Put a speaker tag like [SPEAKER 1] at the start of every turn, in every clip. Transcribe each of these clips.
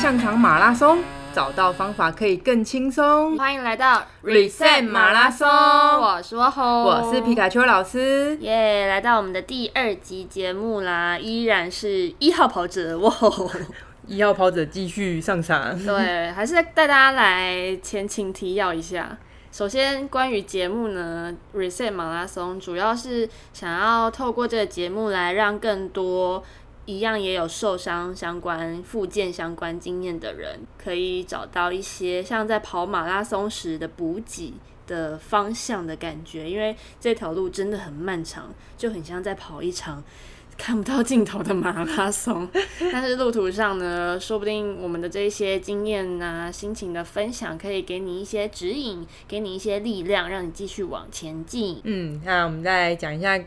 [SPEAKER 1] 上场马拉松，找到方法可以更轻松。
[SPEAKER 2] 欢迎来到
[SPEAKER 1] Reset 马拉松
[SPEAKER 2] 我是沃红，
[SPEAKER 1] 我是皮。卡丘老师，
[SPEAKER 2] 耶来到我们的第二集节目啦，依然是一号跑者哇！
[SPEAKER 1] 一号跑者继续上场。
[SPEAKER 2] 对，还是带大家来前情提要一下。首先，关于节目呢，Reset 马拉松主要是想要透过这个节目来让更多一样也有受伤相关、复健相关经验的人，可以找到一些像在跑马拉松时的补给的方向的感觉，因为这条路真的很漫长，就很像在跑一场。看不到尽头的马拉松， 但是路途上呢，说不定我们的这些经验呐、心情的分享，可以给你一些指引，给你一些力量，让你继续往前进。
[SPEAKER 1] 嗯，那我们再讲一下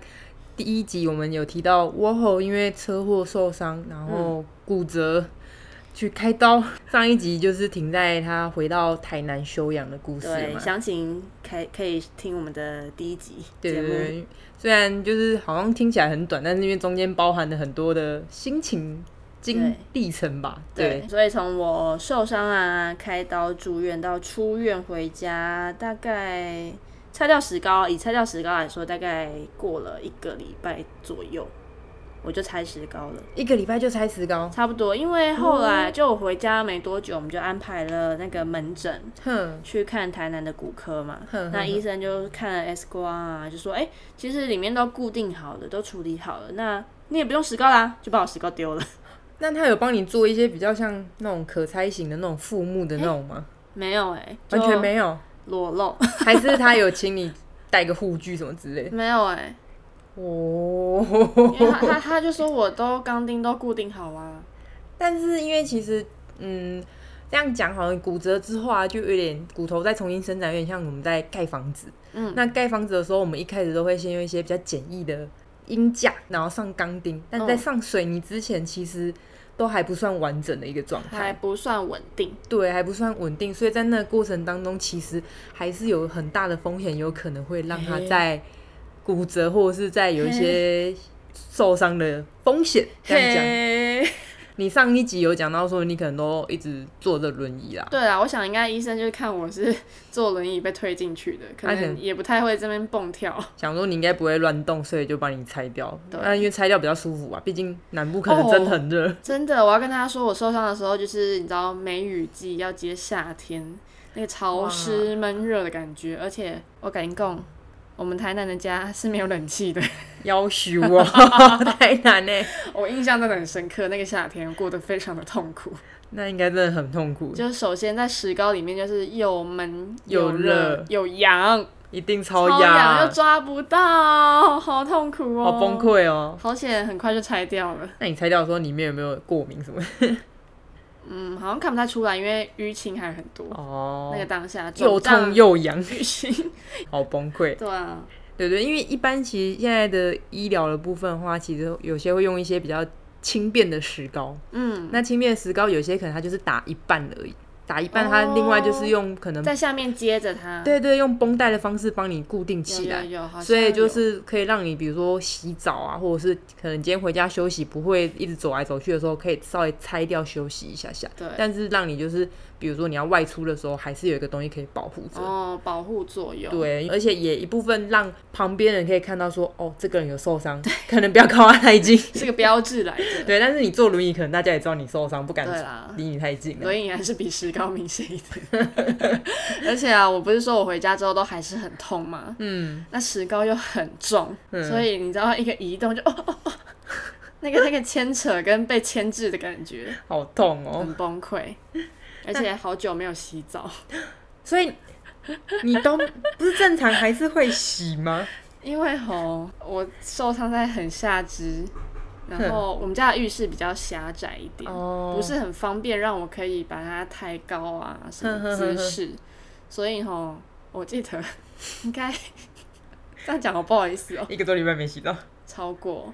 [SPEAKER 1] 第一集，我们有提到窝后因为车祸受伤，然后骨折。去开刀，上一集就是停在他回到台南休养的故事
[SPEAKER 2] 对，
[SPEAKER 1] 嘛。
[SPEAKER 2] 详情可以可以听我们的第一集
[SPEAKER 1] 对
[SPEAKER 2] 节
[SPEAKER 1] 对
[SPEAKER 2] 目。
[SPEAKER 1] 对，虽然就是好像听起来很短，但是因为中间包含了很多的心情经
[SPEAKER 2] 对
[SPEAKER 1] 历程吧。
[SPEAKER 2] 对，所以从我受伤啊、开刀住院到出院回家，大概拆掉石膏，以拆掉石膏来说，大概过了一个礼拜左右，我就拆石膏了。
[SPEAKER 1] 一个哦礼拜就拆石膏，
[SPEAKER 2] 差不多，因为后
[SPEAKER 1] 哦
[SPEAKER 2] 来就我回家没多久，我们就安排了那个门诊
[SPEAKER 1] 哼，
[SPEAKER 2] 去看台南的骨科嘛
[SPEAKER 1] 哼哼。
[SPEAKER 2] 那医生就看了 X 光啊，就说：“哎、其实里面都固定好了，都处理好了，那你也不用石膏啦，就把我石膏丢了。
[SPEAKER 1] 那他有帮你做一些比较像那种可拆型的那种附木的那种吗？”
[SPEAKER 2] 没有哎、
[SPEAKER 1] 完全没有，
[SPEAKER 2] 裸露，
[SPEAKER 1] 还是他有请你带个护具什么之类的？
[SPEAKER 2] 没有哎、因为他
[SPEAKER 1] 哦，
[SPEAKER 2] 他他就说我都钢钉都固定好啊啦。
[SPEAKER 1] 但是因为其实，嗯，这样讲好像骨折之后啊，就有点骨头再重新生长，有点像我们在盖房子。
[SPEAKER 2] 嗯，
[SPEAKER 1] 那盖房子的时候，我们一开始都会先用一些比较简易的鹰架，然后上钢钉，但在
[SPEAKER 2] 嗯
[SPEAKER 1] 上水泥之前，其实都还不算完整的一个状态
[SPEAKER 2] 还。不算稳定。
[SPEAKER 1] 对，还不算稳定，所以在那个过程当中，其实还是有很大的风险，有可能会让他
[SPEAKER 2] 嘿
[SPEAKER 1] 在骨折或者是在有一些受伤的风险。这样讲，
[SPEAKER 2] 嘿
[SPEAKER 1] 你上一集有讲到说，你可能都一直坐着轮椅啦，
[SPEAKER 2] 对啊，我想应该医生就是看我是坐轮椅被推进去的，可
[SPEAKER 1] 而且
[SPEAKER 2] 能也不太会这边蹦跳。
[SPEAKER 1] 想说你应该不会乱动，所以就帮你拆掉。
[SPEAKER 2] 对哦
[SPEAKER 1] 那因为拆掉比较舒服吧，毕竟南部可能真的很 热。
[SPEAKER 2] 真的，我要跟大家说，我受伤的时候就是你知道梅雨季要接夏天，那个潮湿闷热的感觉，而且我敢讲，我们台南的家是没有冷气的，
[SPEAKER 1] 要求哦，太难呢、
[SPEAKER 2] 我印象真的很深刻。那个夏天过得非常的痛苦，
[SPEAKER 1] 那应该真的很痛苦，
[SPEAKER 2] 就是首先在石膏里面就是又闷
[SPEAKER 1] 又热
[SPEAKER 2] 热又痒，
[SPEAKER 1] 一定超
[SPEAKER 2] 超痒
[SPEAKER 1] 压
[SPEAKER 2] 又，抓不到，好痛苦哦，
[SPEAKER 1] 好崩，溃哦。
[SPEAKER 2] 好险，很快就拆掉了。
[SPEAKER 1] 那你拆掉的时候，里面有没有过敏 什么的？
[SPEAKER 2] 嗯，好像看不太出来，因为淤青还很多。
[SPEAKER 1] 哦
[SPEAKER 2] 那个当下
[SPEAKER 1] 又
[SPEAKER 2] 肿胀
[SPEAKER 1] 痛又 痒，
[SPEAKER 2] 淤青，
[SPEAKER 1] 好崩溃。
[SPEAKER 2] 对啊，
[SPEAKER 1] 对对，因为一般其实现在的医疗的部分的话，其实有些会用一些比较轻便的石膏。
[SPEAKER 2] 嗯，
[SPEAKER 1] 那轻便的石膏有些可能它就是打一半而已，打一半
[SPEAKER 2] 哦
[SPEAKER 1] 它另外就是用可能、
[SPEAKER 2] 在下面接着它，
[SPEAKER 1] 对对用绷带的方式帮你固定
[SPEAKER 2] 有，
[SPEAKER 1] 起
[SPEAKER 2] 有
[SPEAKER 1] 来。
[SPEAKER 2] 有，好像
[SPEAKER 1] 所以就
[SPEAKER 2] 有
[SPEAKER 1] 是可以让你，比如说洗澡啊，或者是可能今天回家休息，不会一直走来走去的时候，可以稍微拆掉休息一下下。
[SPEAKER 2] 对
[SPEAKER 1] 但是让你就是，比如说你要外出的时候，还是有一个东西可以保护着。
[SPEAKER 2] 哦，保护作用，
[SPEAKER 1] 对，而且也一部分让旁边人可以看到说，哦，这个人有受伤，可能不要靠他太近。
[SPEAKER 2] 是个标志来的。
[SPEAKER 1] 对，但是你坐轮椅，可能大家也知道你受伤，不敢
[SPEAKER 2] 对 啦
[SPEAKER 1] 离你太近了。
[SPEAKER 2] 轮椅还是比石膏明显一点， 而且啊，我不是说我回家之后都还是很痛吗？
[SPEAKER 1] 嗯，
[SPEAKER 2] 那石膏又很重，
[SPEAKER 1] 嗯
[SPEAKER 2] 所以你知道一个移动就哦哦哦， 那个那个牵扯跟被牵制的感觉，
[SPEAKER 1] 好痛哦。
[SPEAKER 2] 很 崩溃，而且好久没有洗澡，
[SPEAKER 1] 所以你都不是正常还是会洗吗？
[SPEAKER 2] 因为吼我受伤在很下肢，然后我们家的浴室比较狭窄一 点，
[SPEAKER 1] 哦
[SPEAKER 2] 不是很方便让我可以把它抬高啊，什么姿势，所以吼，我记得应该 这样讲我不好意思哦、
[SPEAKER 1] 一个多礼拜没洗到，
[SPEAKER 2] 超过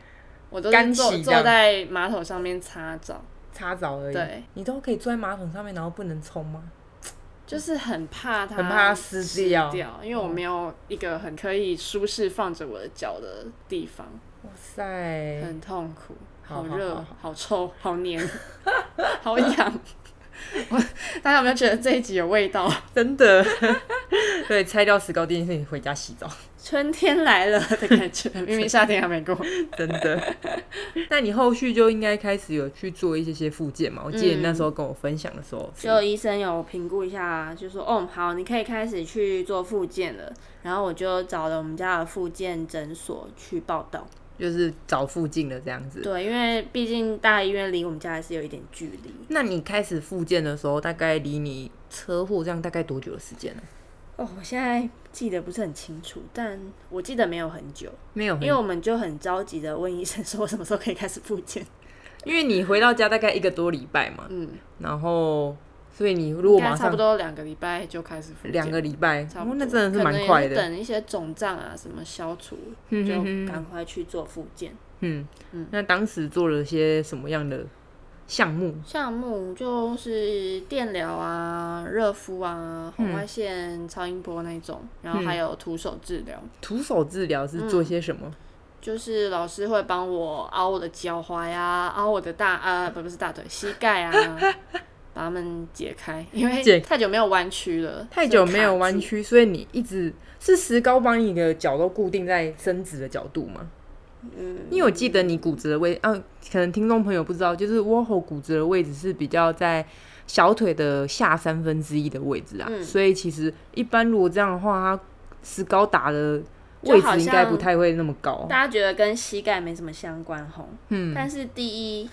[SPEAKER 2] 我都
[SPEAKER 1] 干洗
[SPEAKER 2] 是坐
[SPEAKER 1] 这样
[SPEAKER 2] 坐在马桶上面擦澡，
[SPEAKER 1] 擦澡而已。
[SPEAKER 2] 对，
[SPEAKER 1] 你都可以坐在马桶上面，然后不能冲吗？
[SPEAKER 2] 就是很怕它
[SPEAKER 1] 很怕它湿
[SPEAKER 2] 湿
[SPEAKER 1] 掉
[SPEAKER 2] 掉，因为我没有一个很可以舒适放着我的脚的地方，
[SPEAKER 1] 哇塞，
[SPEAKER 2] 很痛苦，
[SPEAKER 1] 好
[SPEAKER 2] 好
[SPEAKER 1] 好
[SPEAKER 2] 热
[SPEAKER 1] 好好，
[SPEAKER 2] 好臭，好黏，好痒。 大家有没有觉得这一集有味道？
[SPEAKER 1] 真的。 对，拆掉石膏垫，你回家洗 澡，
[SPEAKER 2] 春天来了的感觉，明明夏天还没过。
[SPEAKER 1] 真的。那你后续就应该开始有去做一些些复健嘛？我记得你那时候跟我分享的时候，
[SPEAKER 2] 就医生有评估一下，就说哦好，你可以开始去做复健了。然后我就找了我们家的复健诊所去报道。
[SPEAKER 1] 就是找附近的这样子。
[SPEAKER 2] 对，因为毕竟大医院离我们家还是有一点距离。
[SPEAKER 1] 那你开始复健的时候，大概离你车祸这样大概多久的时间呢、
[SPEAKER 2] 哦，我现在记得不是很清楚，但我记得没有很久，
[SPEAKER 1] 没有很
[SPEAKER 2] 因为我们就很着急的问医生说，我什么时候可以开始复健？
[SPEAKER 1] 因为你回到家大概一个多礼拜嘛，
[SPEAKER 2] 嗯，
[SPEAKER 1] 然后所以你如果
[SPEAKER 2] 应该
[SPEAKER 1] 马
[SPEAKER 2] 差
[SPEAKER 1] 上
[SPEAKER 2] 不多两个礼拜就开始复健，
[SPEAKER 1] 两个礼拜，
[SPEAKER 2] 差
[SPEAKER 1] 哦
[SPEAKER 2] 不多，，
[SPEAKER 1] 那真的是
[SPEAKER 2] 可能
[SPEAKER 1] 蛮
[SPEAKER 2] 也
[SPEAKER 1] 快的。
[SPEAKER 2] 等一些肿胀啊什么消除，
[SPEAKER 1] 嗯
[SPEAKER 2] 就
[SPEAKER 1] 嗯嗯
[SPEAKER 2] 赶快去做复健。
[SPEAKER 1] 嗯
[SPEAKER 2] 嗯，
[SPEAKER 1] 那当时做了些什么样的项目？
[SPEAKER 2] 项目就是电疗啊、热敷啊、
[SPEAKER 1] 嗯
[SPEAKER 2] 红外线、超音波那一种，然后还有徒手治疗。
[SPEAKER 1] 徒手治疗是做些什么？
[SPEAKER 2] 嗯就是老师会帮我凹我的脚踝呀、凹我的大呃不不是大腿膝盖啊，把它们解开，因
[SPEAKER 1] 解
[SPEAKER 2] 为太久没有弯曲了，
[SPEAKER 1] 太久没有弯
[SPEAKER 2] 所以卡住。
[SPEAKER 1] 曲，所以你一直是石膏把你的脚都固定在伸直的角度吗？嗯，因为我记得你骨折的位，嗯、可能听众朋友不知道，就是窝后骨折的位置是比较在小腿的下三分之一的位置啊，
[SPEAKER 2] 嗯
[SPEAKER 1] 所以其实一般如果这样的话，它石膏打的
[SPEAKER 2] 就
[SPEAKER 1] 位
[SPEAKER 2] 好
[SPEAKER 1] 置应该
[SPEAKER 2] 像
[SPEAKER 1] 不太会那么高。
[SPEAKER 2] 大家觉得跟膝盖没什么相关吼，
[SPEAKER 1] 嗯
[SPEAKER 2] 但是第一，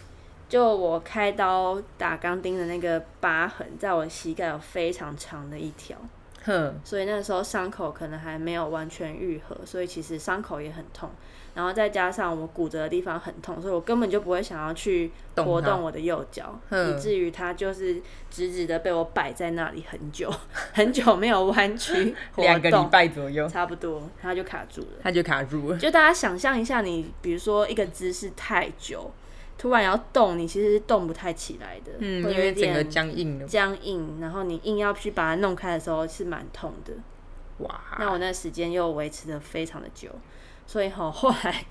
[SPEAKER 2] 就我开刀打钢钉的那个疤痕，在我膝盖有非常长的一条，
[SPEAKER 1] 哼，
[SPEAKER 2] 所以那时候伤口可能还没有完全愈合，所以其实伤口也很痛。然后再加上我骨折的地方很痛，所以我根本就不会想要去
[SPEAKER 1] 动它
[SPEAKER 2] 活动我的右脚，
[SPEAKER 1] 嗯
[SPEAKER 2] 以至于它就是直直的被我摆在那里很久，很久没有弯曲 活
[SPEAKER 1] 两个礼
[SPEAKER 2] 动，
[SPEAKER 1] 拜左右，
[SPEAKER 2] 差不多它就卡住了。
[SPEAKER 1] 它就卡住了。
[SPEAKER 2] 就大家想象一下你，比如说一个姿势太久，突然要动，你其实是动不太起来的，
[SPEAKER 1] 嗯，因
[SPEAKER 2] 会有一
[SPEAKER 1] 为整个
[SPEAKER 2] 点
[SPEAKER 1] 僵硬了，
[SPEAKER 2] 僵硬，然后你硬要去把它弄开的时候是蛮痛的。那
[SPEAKER 1] 哇，
[SPEAKER 2] 我那时间又维持的非常的久，所以吼后来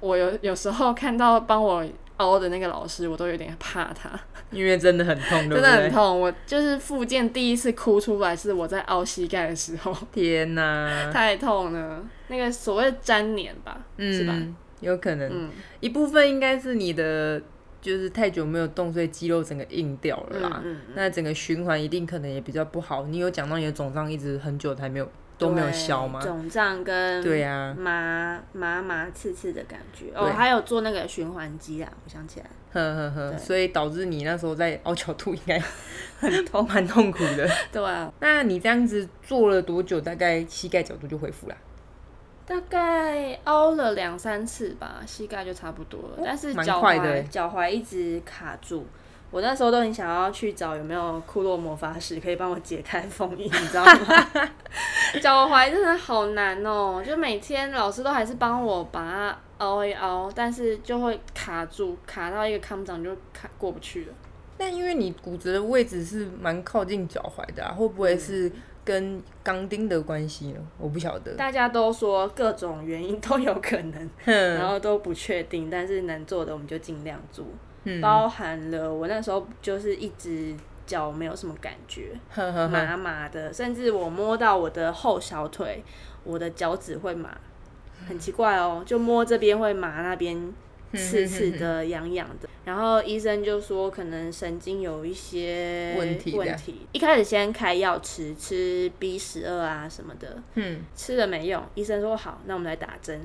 [SPEAKER 2] 我有有时候看到帮我凹的那个老师，我都有点怕他，
[SPEAKER 1] 因为真的很痛，对
[SPEAKER 2] 真
[SPEAKER 1] 不
[SPEAKER 2] 的很
[SPEAKER 1] 对？
[SPEAKER 2] 痛。我就是复健第一次哭出来是我在凹膝盖的时
[SPEAKER 1] 嗯
[SPEAKER 2] 候，
[SPEAKER 1] 天哪，
[SPEAKER 2] 太痛了。那个所谓的粘连吧，是吧？
[SPEAKER 1] 嗯，有可能，
[SPEAKER 2] 嗯
[SPEAKER 1] 一部分应该是你的就是太久没有动，所以肌肉整个硬掉了啦。
[SPEAKER 2] 嗯嗯
[SPEAKER 1] 那整个循环一定可能也比较不好。你有讲到你的肿胀一直很久才没有都没有
[SPEAKER 2] 对
[SPEAKER 1] 消吗？
[SPEAKER 2] 肿胀跟
[SPEAKER 1] 对啊呀、
[SPEAKER 2] 麻麻麻刺刺的感觉。哦，
[SPEAKER 1] 对
[SPEAKER 2] 还有做那个循环机啊，我想起来了，
[SPEAKER 1] 呵呵呵，
[SPEAKER 2] 对
[SPEAKER 1] 所以导致你那时候在凹角度应 该很痛，蛮痛苦的。
[SPEAKER 2] 对啊，
[SPEAKER 1] 那你这样子做了多久？大概膝盖角度就恢复啦？
[SPEAKER 2] 大概凹了两三次吧，膝盖就差不多了。但是
[SPEAKER 1] 哦蛮
[SPEAKER 2] 脚
[SPEAKER 1] 快的欸
[SPEAKER 2] 踝脚踝一直卡住，我那时候都很想要去找有没有库洛魔法石可以帮我解开封印，你知道吗？ 脚踝真的好难哦、就每天老师都还是帮我把它凹一凹，但是就会卡住，卡到一个看不长就卡过不去了。
[SPEAKER 1] 但因为你骨折的位置是蛮靠近脚踝的、啊，会不会
[SPEAKER 2] 嗯
[SPEAKER 1] 是跟钢钉的关系呢？我不晓得。
[SPEAKER 2] 大家都说各种原因 都有可能，
[SPEAKER 1] 哼
[SPEAKER 2] 然后都不确定，但是能做的我们就尽量做，
[SPEAKER 1] 嗯
[SPEAKER 2] 包含了我那时候就是一直脚没有什么感觉，
[SPEAKER 1] 呵呵呵，
[SPEAKER 2] 麻麻的，甚至我摸到我的后小腿，我的脚趾会麻，很奇怪哦，就摸这边会麻，那边刺刺的、痒痒的。然后医生就说可能神经有一些
[SPEAKER 1] 问题的
[SPEAKER 2] 问题。一开始先开药吃，吃 B 十二啊什么的，
[SPEAKER 1] 嗯，
[SPEAKER 2] 吃了没用，医生说好，那我们来打针。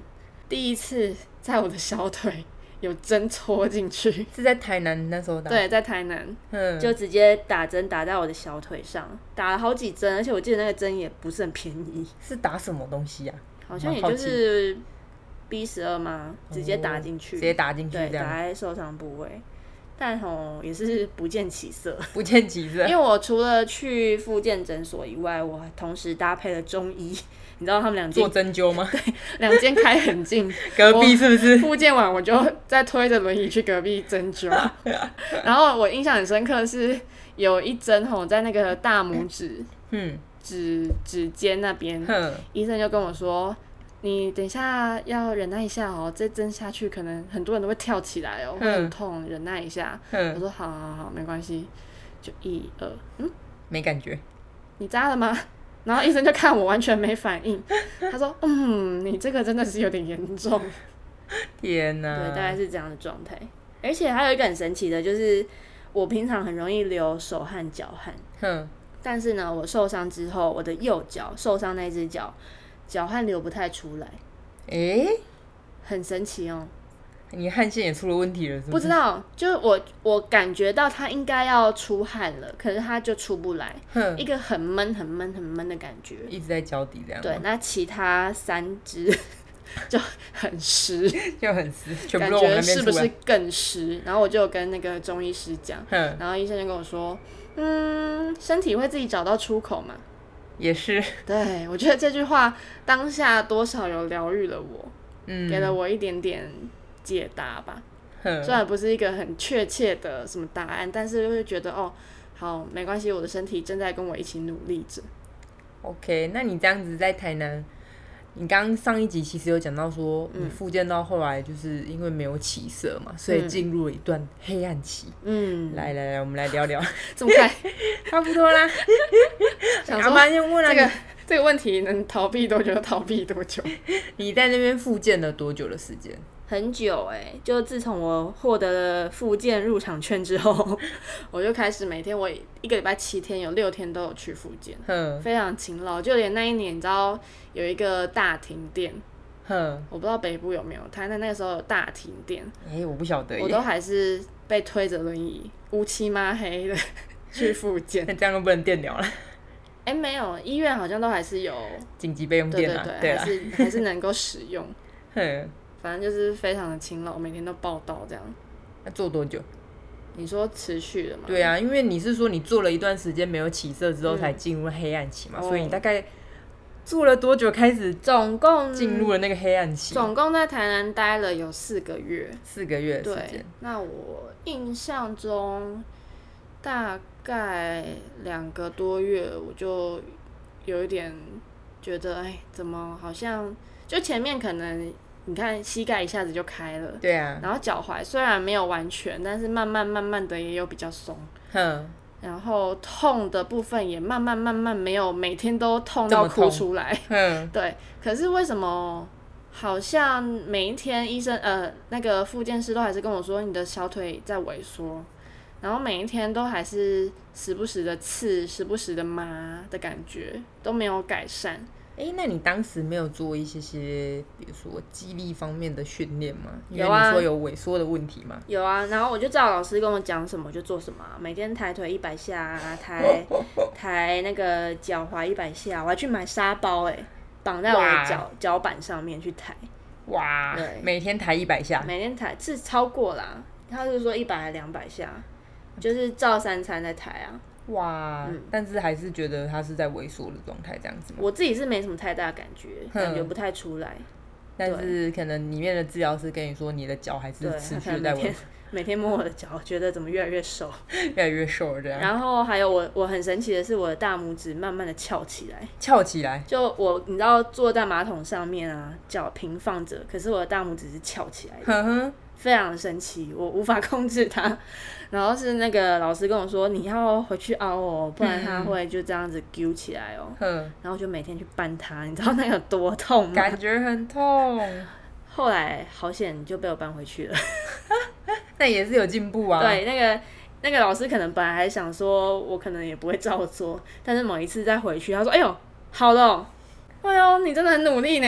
[SPEAKER 2] 第一次在我的小腿有针戳 进去，
[SPEAKER 1] 是在台南那时候打，，
[SPEAKER 2] 对，在台南
[SPEAKER 1] 嗯，
[SPEAKER 2] 就直接打针打在我的小腿上，打了好几针，而且我记得那个针也不是很便宜，
[SPEAKER 1] 是打什么东西啊？
[SPEAKER 2] 好像也
[SPEAKER 1] 蛮好
[SPEAKER 2] 就
[SPEAKER 1] 奇哦
[SPEAKER 2] 是 B 十二嘛，直接打进去，
[SPEAKER 1] 直接打进去
[SPEAKER 2] 对，
[SPEAKER 1] 这样，嗯
[SPEAKER 2] 打在受伤部位，但吼也是不见起色。
[SPEAKER 1] 不见几色
[SPEAKER 2] 因。为我除了去复健诊所以外，我还同时搭配了中医，你知道他们两
[SPEAKER 1] 做针
[SPEAKER 2] 间
[SPEAKER 1] 灸吗？
[SPEAKER 2] 两间开很近，
[SPEAKER 1] 隔壁是不是？
[SPEAKER 2] 复健完，我就再推着轮椅去隔壁 针灸。然后我印象很深刻是有一针吼在那个大拇指
[SPEAKER 1] 嗯，
[SPEAKER 2] 指指尖那边，
[SPEAKER 1] 哼，
[SPEAKER 2] 医生就跟我说：“你等一下要忍耐一下哦，这针下去可能很多人都会跳起来哦，会很
[SPEAKER 1] 嗯
[SPEAKER 2] 痛，忍耐一下。”
[SPEAKER 1] 嗯
[SPEAKER 2] 我说：“好好好，没关系。”就一二，
[SPEAKER 1] 没感觉。
[SPEAKER 2] 你扎了吗？ 然后医生就看我完全没反应，他说：“嗯，你这个真的是有点严重。”
[SPEAKER 1] 天哪！
[SPEAKER 2] 对，大概是这样的状态。而且还有一个很神奇的，就是我平常很容易流手汗、脚汗，
[SPEAKER 1] 哼，
[SPEAKER 2] 但是呢，我受伤之后，我的右脚受伤那只脚，脚汗流不太出来，
[SPEAKER 1] 诶、
[SPEAKER 2] 很神奇哦。
[SPEAKER 1] 你汗腺也出了问题了，是
[SPEAKER 2] 不
[SPEAKER 1] 不是？
[SPEAKER 2] 知道，就是我我感觉到它应该要出汗了，可是它就出不来，
[SPEAKER 1] 哼，
[SPEAKER 2] 一个很闷、很闷、很闷的感觉。
[SPEAKER 1] 一直在脚底这样，
[SPEAKER 2] 对，，那其他三只 就很湿。
[SPEAKER 1] 就很湿，全部
[SPEAKER 2] 感
[SPEAKER 1] 都往
[SPEAKER 2] 觉
[SPEAKER 1] 那边
[SPEAKER 2] 是
[SPEAKER 1] 出
[SPEAKER 2] 不
[SPEAKER 1] 来。
[SPEAKER 2] 是更湿？然后我就有跟那个中医师讲，
[SPEAKER 1] 哼，
[SPEAKER 2] 然后医生就跟我说，嗯，身体会自己找到出口嘛。
[SPEAKER 1] 也是，
[SPEAKER 2] 对我觉得这句话当下多少有疗愈了我，
[SPEAKER 1] 嗯，嗯
[SPEAKER 2] 给了我一点点解答吧。
[SPEAKER 1] 哼，
[SPEAKER 2] 虽然不是一个很确切的什么答案，但是会觉得哦，好，没关系，我的身体正在跟我一起努力着。嗯
[SPEAKER 1] OK，那你这样子在台南，你刚刚上一集其实有讲到说，
[SPEAKER 2] 嗯
[SPEAKER 1] 你复健到后来就是因为没有起色嘛，所以进入了一段黑暗期。
[SPEAKER 2] 嗯，
[SPEAKER 1] 来来来，我们来聊聊，
[SPEAKER 2] 这么快，
[SPEAKER 1] 差不多 啦。
[SPEAKER 2] 想
[SPEAKER 1] 阿
[SPEAKER 2] 说
[SPEAKER 1] 妈先问啊了
[SPEAKER 2] 这个这个问题能逃避多久就逃避多久。
[SPEAKER 1] 你，你在那边复健了多久的时间？
[SPEAKER 2] 很久哎、就自从我获得了复健入场券之后， 我就开始每天我一个礼拜七天有六天都有去复健，
[SPEAKER 1] 哼
[SPEAKER 2] 非常勤劳。就连那一年，你知道有一个大停电，
[SPEAKER 1] 哼，
[SPEAKER 2] 我不知道北部有没有，台南那个时候有大停电，
[SPEAKER 1] 哎、我不晓得
[SPEAKER 2] 我
[SPEAKER 1] 耶。
[SPEAKER 2] 都还是被推着轮椅乌漆嘛黑的去 复健。
[SPEAKER 1] 那这样都不能电疗了，
[SPEAKER 2] 哎、没有，医院好像都还是有，
[SPEAKER 1] 紧急备用
[SPEAKER 2] 对
[SPEAKER 1] 电
[SPEAKER 2] 对
[SPEAKER 1] 啊，
[SPEAKER 2] 对，
[SPEAKER 1] 啦
[SPEAKER 2] 还，是还是能够使用。
[SPEAKER 1] 哼，
[SPEAKER 2] 反正就是非常的勤劳，每天都报道这样。
[SPEAKER 1] 那做多久？
[SPEAKER 2] 你说持续的嘛？
[SPEAKER 1] 对啊，因为你是说你做了一段时间没有起色之后才进入黑暗期嘛，
[SPEAKER 2] 哦
[SPEAKER 1] 所以你大概做了多久开始
[SPEAKER 2] 总共
[SPEAKER 1] 进入了那个黑暗期？
[SPEAKER 2] 总共在台南待了有四个月。
[SPEAKER 1] 四个月的时
[SPEAKER 2] 对
[SPEAKER 1] 间，，
[SPEAKER 2] 那我印象中大概两个多月，我就有一点觉得，哎，怎么好像就前面可能你看膝盖一下子就开了，
[SPEAKER 1] 对啊，
[SPEAKER 2] 然后脚踝虽然没有完全，但是慢慢慢慢的也有比较松。
[SPEAKER 1] 哼，
[SPEAKER 2] 然后痛的部分也慢慢慢慢没有每天都痛
[SPEAKER 1] 这
[SPEAKER 2] 到
[SPEAKER 1] 么
[SPEAKER 2] 哭
[SPEAKER 1] 痛
[SPEAKER 2] 出来，
[SPEAKER 1] 哼，
[SPEAKER 2] 对，可是为什么好像每一天医生呃那个复健师都还是跟我说你的小腿在萎缩，然后每一天都还是时不时的刺，时不时的麻的感觉都没有改善。
[SPEAKER 1] 哎、那你当时没有做一些些，比如说肌力方面的训练吗？因为
[SPEAKER 2] 有啊
[SPEAKER 1] 你说有萎缩的问题嘛，
[SPEAKER 2] 有啊，然后我就照老师跟我讲什么就做什么啊、每天抬腿一百下、啊，抬抬那个脚踝一百下，我还去买沙包哎、绑在我
[SPEAKER 1] 哇
[SPEAKER 2] 的脚脚板上面去抬。
[SPEAKER 1] 哇
[SPEAKER 2] 对，
[SPEAKER 1] 每天抬一百下，
[SPEAKER 2] 每天抬是超过啦，他就说一百还两百下，就是照三餐在抬啊。
[SPEAKER 1] 哇，但是还是觉得它是在萎缩的状态这样子嘛，
[SPEAKER 2] 我自己是没什么太大感觉，感觉不太出来。
[SPEAKER 1] 但是可能里面的治疗师跟你说你的脚还是
[SPEAKER 2] 对，
[SPEAKER 1] 持
[SPEAKER 2] 他
[SPEAKER 1] 续
[SPEAKER 2] 可能每
[SPEAKER 1] 在萎
[SPEAKER 2] 天每天摸我的脚，觉得怎么越来越瘦。
[SPEAKER 1] 越来越瘦了这样，
[SPEAKER 2] 然后还有我我很神奇的是，我的大拇指慢慢的翘起来。
[SPEAKER 1] 翘起来，
[SPEAKER 2] 就我你知道坐在马桶上面啊，脚平放着，可是我的大拇指是翘起来的。
[SPEAKER 1] 哼哼，
[SPEAKER 2] 非常神奇，我无法 控制它。然后是那个老师跟我说，你要回去凹哦，不然它会就这样子揪起来哦。
[SPEAKER 1] 哼，
[SPEAKER 2] 然后就每天去搬它，你知道那有多痛吗？
[SPEAKER 1] 感觉很痛，
[SPEAKER 2] 后来好险就被我搬回去了。
[SPEAKER 1] 那也是有进步啊，
[SPEAKER 2] 对，那个那个老师可能本来还想说我可能也不会照做，但是某一次再回去，他说：“哎呦，好了哦、哎呦，你真的很努力呢。”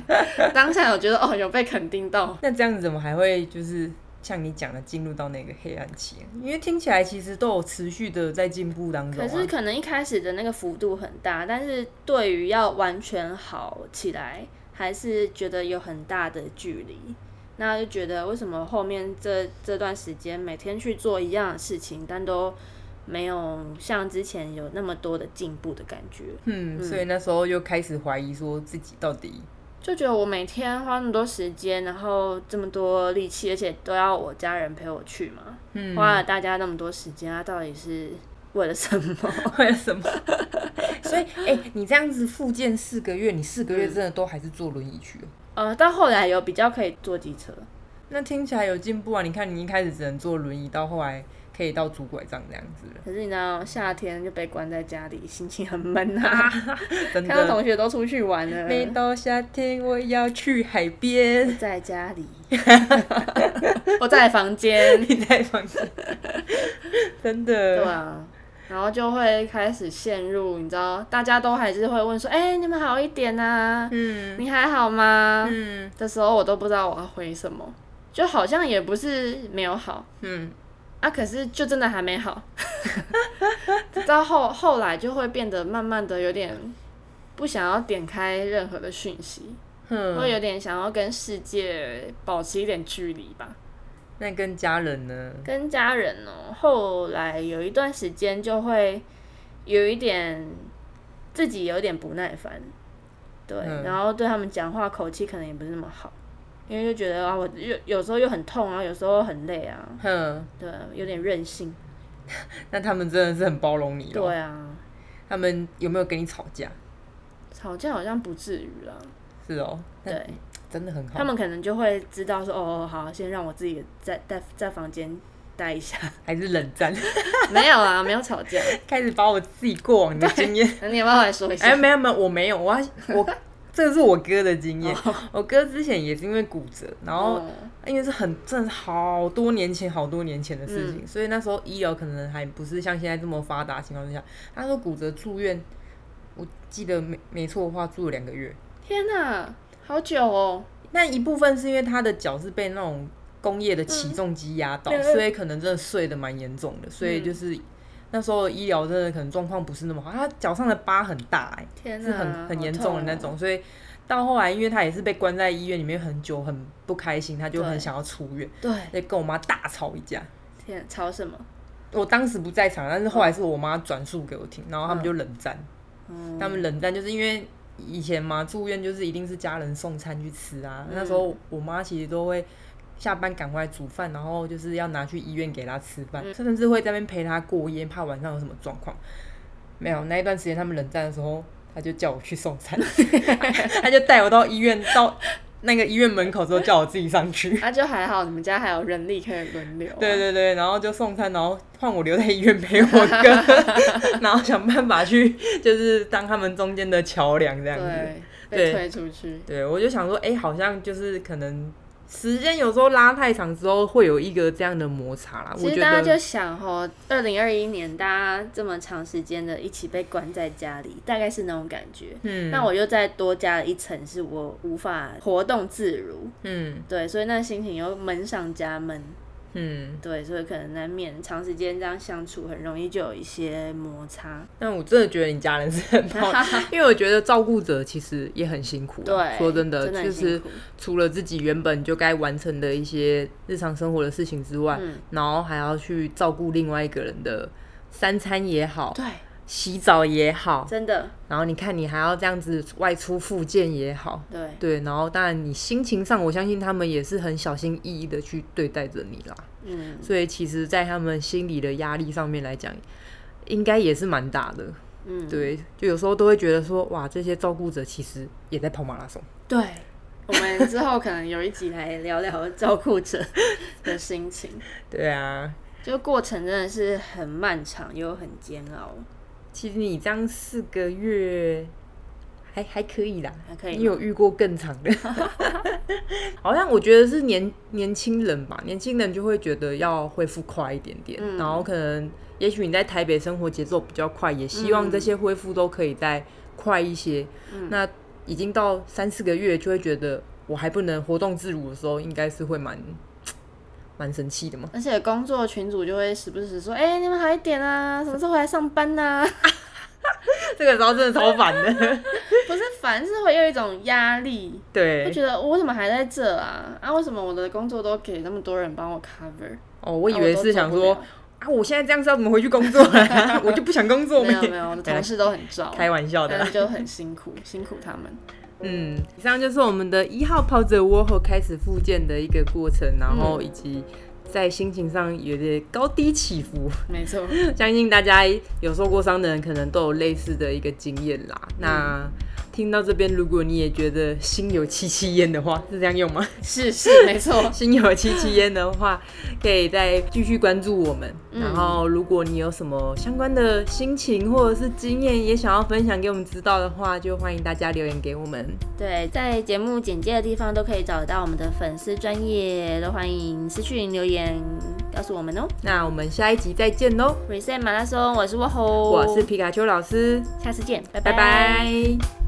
[SPEAKER 2] 当下有觉得哦，有被肯定到，
[SPEAKER 1] 那这样子怎么还会就是像你讲的进入到那个黑暗期？因为听起来其实都有持续的在进步当中、
[SPEAKER 2] 可
[SPEAKER 1] 啊。
[SPEAKER 2] 是可能一开始的那个幅度很大，但是对于要完全好起来，还是觉得有很大的距离。那就觉得为什么后面这这段时间每天去做一样的事情，但都没有像之前有那么多的进步的感觉，
[SPEAKER 1] 嗯，所以那时候又开始怀疑说自己到底
[SPEAKER 2] 就觉得我每天花那么多时间，然后这么多力气，而且都要我家人陪我去嘛，
[SPEAKER 1] 嗯
[SPEAKER 2] 花了大家那么多时间，他到底是为了什么？
[SPEAKER 1] 为了什么。 所以，哎、你这样子复健四个月，你四个月真的都还是坐轮椅去哦了。
[SPEAKER 2] 呃，到后来有比较可以坐机车，
[SPEAKER 1] 那听起来有进步啊！你看，你一开始只能坐轮椅，到后来可可以到拄拐杖这样子 了，
[SPEAKER 2] 可是你知道夏天就被关在家里，心情很闷 啊。
[SPEAKER 1] 真
[SPEAKER 2] 看到
[SPEAKER 1] 的。
[SPEAKER 2] 同学都出去玩了，
[SPEAKER 1] 每到夏天，我要去海边。
[SPEAKER 2] 在家里， 我在房间，
[SPEAKER 1] 你在房间， 真
[SPEAKER 2] 对
[SPEAKER 1] 的，
[SPEAKER 2] 啊，然后就会开始陷入，你知道，大家都还是会问说，哎、你们好一点啊，
[SPEAKER 1] 嗯
[SPEAKER 2] 你还好吗？
[SPEAKER 1] 嗯
[SPEAKER 2] 的时候，我都不知道我要回什么，就好像也不是没有好
[SPEAKER 1] 嗯，
[SPEAKER 2] 啊，可是就真的还没好， 到后后来就会变得慢慢的有点不想要点开任何的讯息，
[SPEAKER 1] 哼，
[SPEAKER 2] 会有点想要跟世界保持一点距离吧。
[SPEAKER 1] 那跟家人呢？
[SPEAKER 2] 跟家人哦，后来有一段时间就会有一点自己有点不耐烦，对，
[SPEAKER 1] 嗯
[SPEAKER 2] 然后对他们讲话口气可能也不是那么好，因为就觉得啊，我又有时候又很痛啊，有时候很累啊，
[SPEAKER 1] 哼，
[SPEAKER 2] 对，有点任性，
[SPEAKER 1] 那他们真的是很包容你哦。
[SPEAKER 2] 对啊，
[SPEAKER 1] 他们有没有跟你吵架？
[SPEAKER 2] 吵架好像不至于啦，
[SPEAKER 1] 是哦，那
[SPEAKER 2] 对
[SPEAKER 1] 真的很好
[SPEAKER 2] 他。们可能就会知道说，哦，好，先让我自己在在在房间待一下，
[SPEAKER 1] 还是冷战，
[SPEAKER 2] 没有啊，没有吵 架，
[SPEAKER 1] 开始把我自己过往的经验。
[SPEAKER 2] 那你要不要来说一下？
[SPEAKER 1] 哎，没有没有，我没有，我要我 哦这个是我哥的经验。我哥之前也是因为骨折，然后
[SPEAKER 2] 嗯
[SPEAKER 1] 因为是很真的是好多年前好多年前的事情，所以那时候医疗可能还不是像现在这么发达的情况之下，他说骨折住院，我记得没没错的话住了两个月。
[SPEAKER 2] 天哪、好久哦。
[SPEAKER 1] 那一部分是因为他的脚是被那种工业的起重机压倒，
[SPEAKER 2] 嗯
[SPEAKER 1] 所以可能真的碎的蛮严重的，所以就是。那时候医疗真的可能状况不是那么好，他脚上的疤很大、欸，
[SPEAKER 2] 天
[SPEAKER 1] 是
[SPEAKER 2] 呐，
[SPEAKER 1] 很很
[SPEAKER 2] 好
[SPEAKER 1] 严重的
[SPEAKER 2] 痛
[SPEAKER 1] 那
[SPEAKER 2] 哦。
[SPEAKER 1] 种，所以到后来，因为他也是被关在医院里面很久，很不开心，他就
[SPEAKER 2] 对
[SPEAKER 1] 很想要出院，
[SPEAKER 2] 对，
[SPEAKER 1] 所以跟我妈大吵一架。
[SPEAKER 2] 天，吵什么？
[SPEAKER 1] 我当时不在场，但是后来是我妈转述给我听，然后他们就冷战。
[SPEAKER 2] 嗯
[SPEAKER 1] 他们冷战就是因为以前嘛，住院就是一定是家人送餐去吃啊。那时候我妈其实都会下班赶回来煮饭，然后就是要拿去医院给她吃饭，甚至会在那边陪她过夜，怕晚上有什么状况。没有那一段时间他们冷战的时候，他就叫我去送餐，他就带我到医院，到那个医院门口之后叫我自己上去。
[SPEAKER 2] 啊，就还好，你们家还有人力可以轮流啊、
[SPEAKER 1] 对对对，然后就送餐，然后换我留在医院陪我哥，然后想办法去就是当他们中间的桥梁这样子。对
[SPEAKER 2] 对，被推出去。
[SPEAKER 1] 对，我就想说，哎、好像就是可能时间有时候拉太长之后，会有一个这样的摩擦啦。我
[SPEAKER 2] 其
[SPEAKER 1] 觉
[SPEAKER 2] 实大家就
[SPEAKER 1] 得，
[SPEAKER 2] 想吼，二零二一年大家这么长时间的一起被关在家里，大概是那种感觉。
[SPEAKER 1] 嗯
[SPEAKER 2] 那我又再多加了一层，是我无法活动自如，
[SPEAKER 1] 嗯
[SPEAKER 2] 对，所以那心情又闷上加闷，
[SPEAKER 1] 嗯，
[SPEAKER 2] 对，所以可能难免长时间这样相处，很容易就有一些摩擦。
[SPEAKER 1] 但我真的觉得你家人是很棒， 因为我觉得照顾者其实也很辛苦啊。
[SPEAKER 2] 对，
[SPEAKER 1] 说真的，
[SPEAKER 2] 真的
[SPEAKER 1] 就
[SPEAKER 2] 很辛
[SPEAKER 1] 是
[SPEAKER 2] 苦
[SPEAKER 1] 除了自己原本就该完成的一些日常生活的事情之外，
[SPEAKER 2] 嗯
[SPEAKER 1] 然后还要去照顾另外一个人的三餐也好，
[SPEAKER 2] 对，
[SPEAKER 1] 洗澡也好，
[SPEAKER 2] 真的
[SPEAKER 1] 然后你看你还要这样子外出复健也好，
[SPEAKER 2] 对。
[SPEAKER 1] 对，然后当然你心情上，我相信他们也是很小心翼翼的去对待着你啦。
[SPEAKER 2] 嗯，
[SPEAKER 1] 所以其实，在他们心理的压力上面来讲，应该也是蛮大的。
[SPEAKER 2] 嗯，
[SPEAKER 1] 对，就有时候都会觉得说，哇，这些照顾者其实也在跑马拉松。
[SPEAKER 2] 对，我们之后可能有一集来聊聊照顾者的心情，
[SPEAKER 1] 对啊，
[SPEAKER 2] 就过程真的是很漫长又很煎熬，
[SPEAKER 1] 其实你这样四个月还还可以啦。
[SPEAKER 2] 还可
[SPEAKER 1] 你
[SPEAKER 2] 以吗。
[SPEAKER 1] 有遇过更长的？ 好像我觉得是年年轻人吧，年轻人就会觉得要恢复快一点点，
[SPEAKER 2] 嗯
[SPEAKER 1] 然后可能也许你在台北生活节奏比较快，也希望
[SPEAKER 2] 嗯
[SPEAKER 1] 这些恢复都可以再快一些。那已经到三四个月，就会觉得我还不能活动自如的时候，应该是会蛮蛮生气的嘛。
[SPEAKER 2] 而且工作群组就会时不时说：“哎、你们好一 点啊，什么时候回来上班呐、啊
[SPEAKER 1] 这个时候真的超烦的，？”
[SPEAKER 2] 不是烦，是会有一种压力，会
[SPEAKER 1] 对。
[SPEAKER 2] 觉得我怎么还在这啊？啊，为什么我的工作都给那么多人帮我 cover？
[SPEAKER 1] 哦，我以
[SPEAKER 2] 啊
[SPEAKER 1] 为
[SPEAKER 2] 都
[SPEAKER 1] 是
[SPEAKER 2] 做
[SPEAKER 1] 想
[SPEAKER 2] 不
[SPEAKER 1] 说
[SPEAKER 2] 了
[SPEAKER 1] 啊，我现在这样是要怎么回去工作啊？ 我就不想工作
[SPEAKER 2] 没有没有，我的同事都很照，
[SPEAKER 1] 开玩笑的
[SPEAKER 2] 但
[SPEAKER 1] 啦
[SPEAKER 2] 是。就很辛苦，辛苦他们。
[SPEAKER 1] 嗯，以上就是我们的一号跑者窝后开始复健的一个过程，然后以及在心情上有点高低起伏。
[SPEAKER 2] 没错，
[SPEAKER 1] 相信大家有受过伤的人，可能都有类似的一个经验啦。那听到这边，如果你也觉得心有戚戚焉的话，是这样用吗？，
[SPEAKER 2] 是是没 错
[SPEAKER 1] 心有戚戚焉的话，可以再继续关注我们。
[SPEAKER 2] 嗯
[SPEAKER 1] 然后，如果你有什么相关的心情或者是经验，也想要分享给我们知道的话，就欢迎大家留言给我们。
[SPEAKER 2] 对，在节目简介的地方都可以找到我们的粉丝专业，都欢迎私讯留言告诉我们哦。
[SPEAKER 1] 那我们下一集再见喽！
[SPEAKER 2] 哦 Reset 马拉松，我是沃吼，
[SPEAKER 1] 我是皮卡丘老师，
[SPEAKER 2] 下次见，拜
[SPEAKER 1] 拜
[SPEAKER 2] 拜
[SPEAKER 1] 拜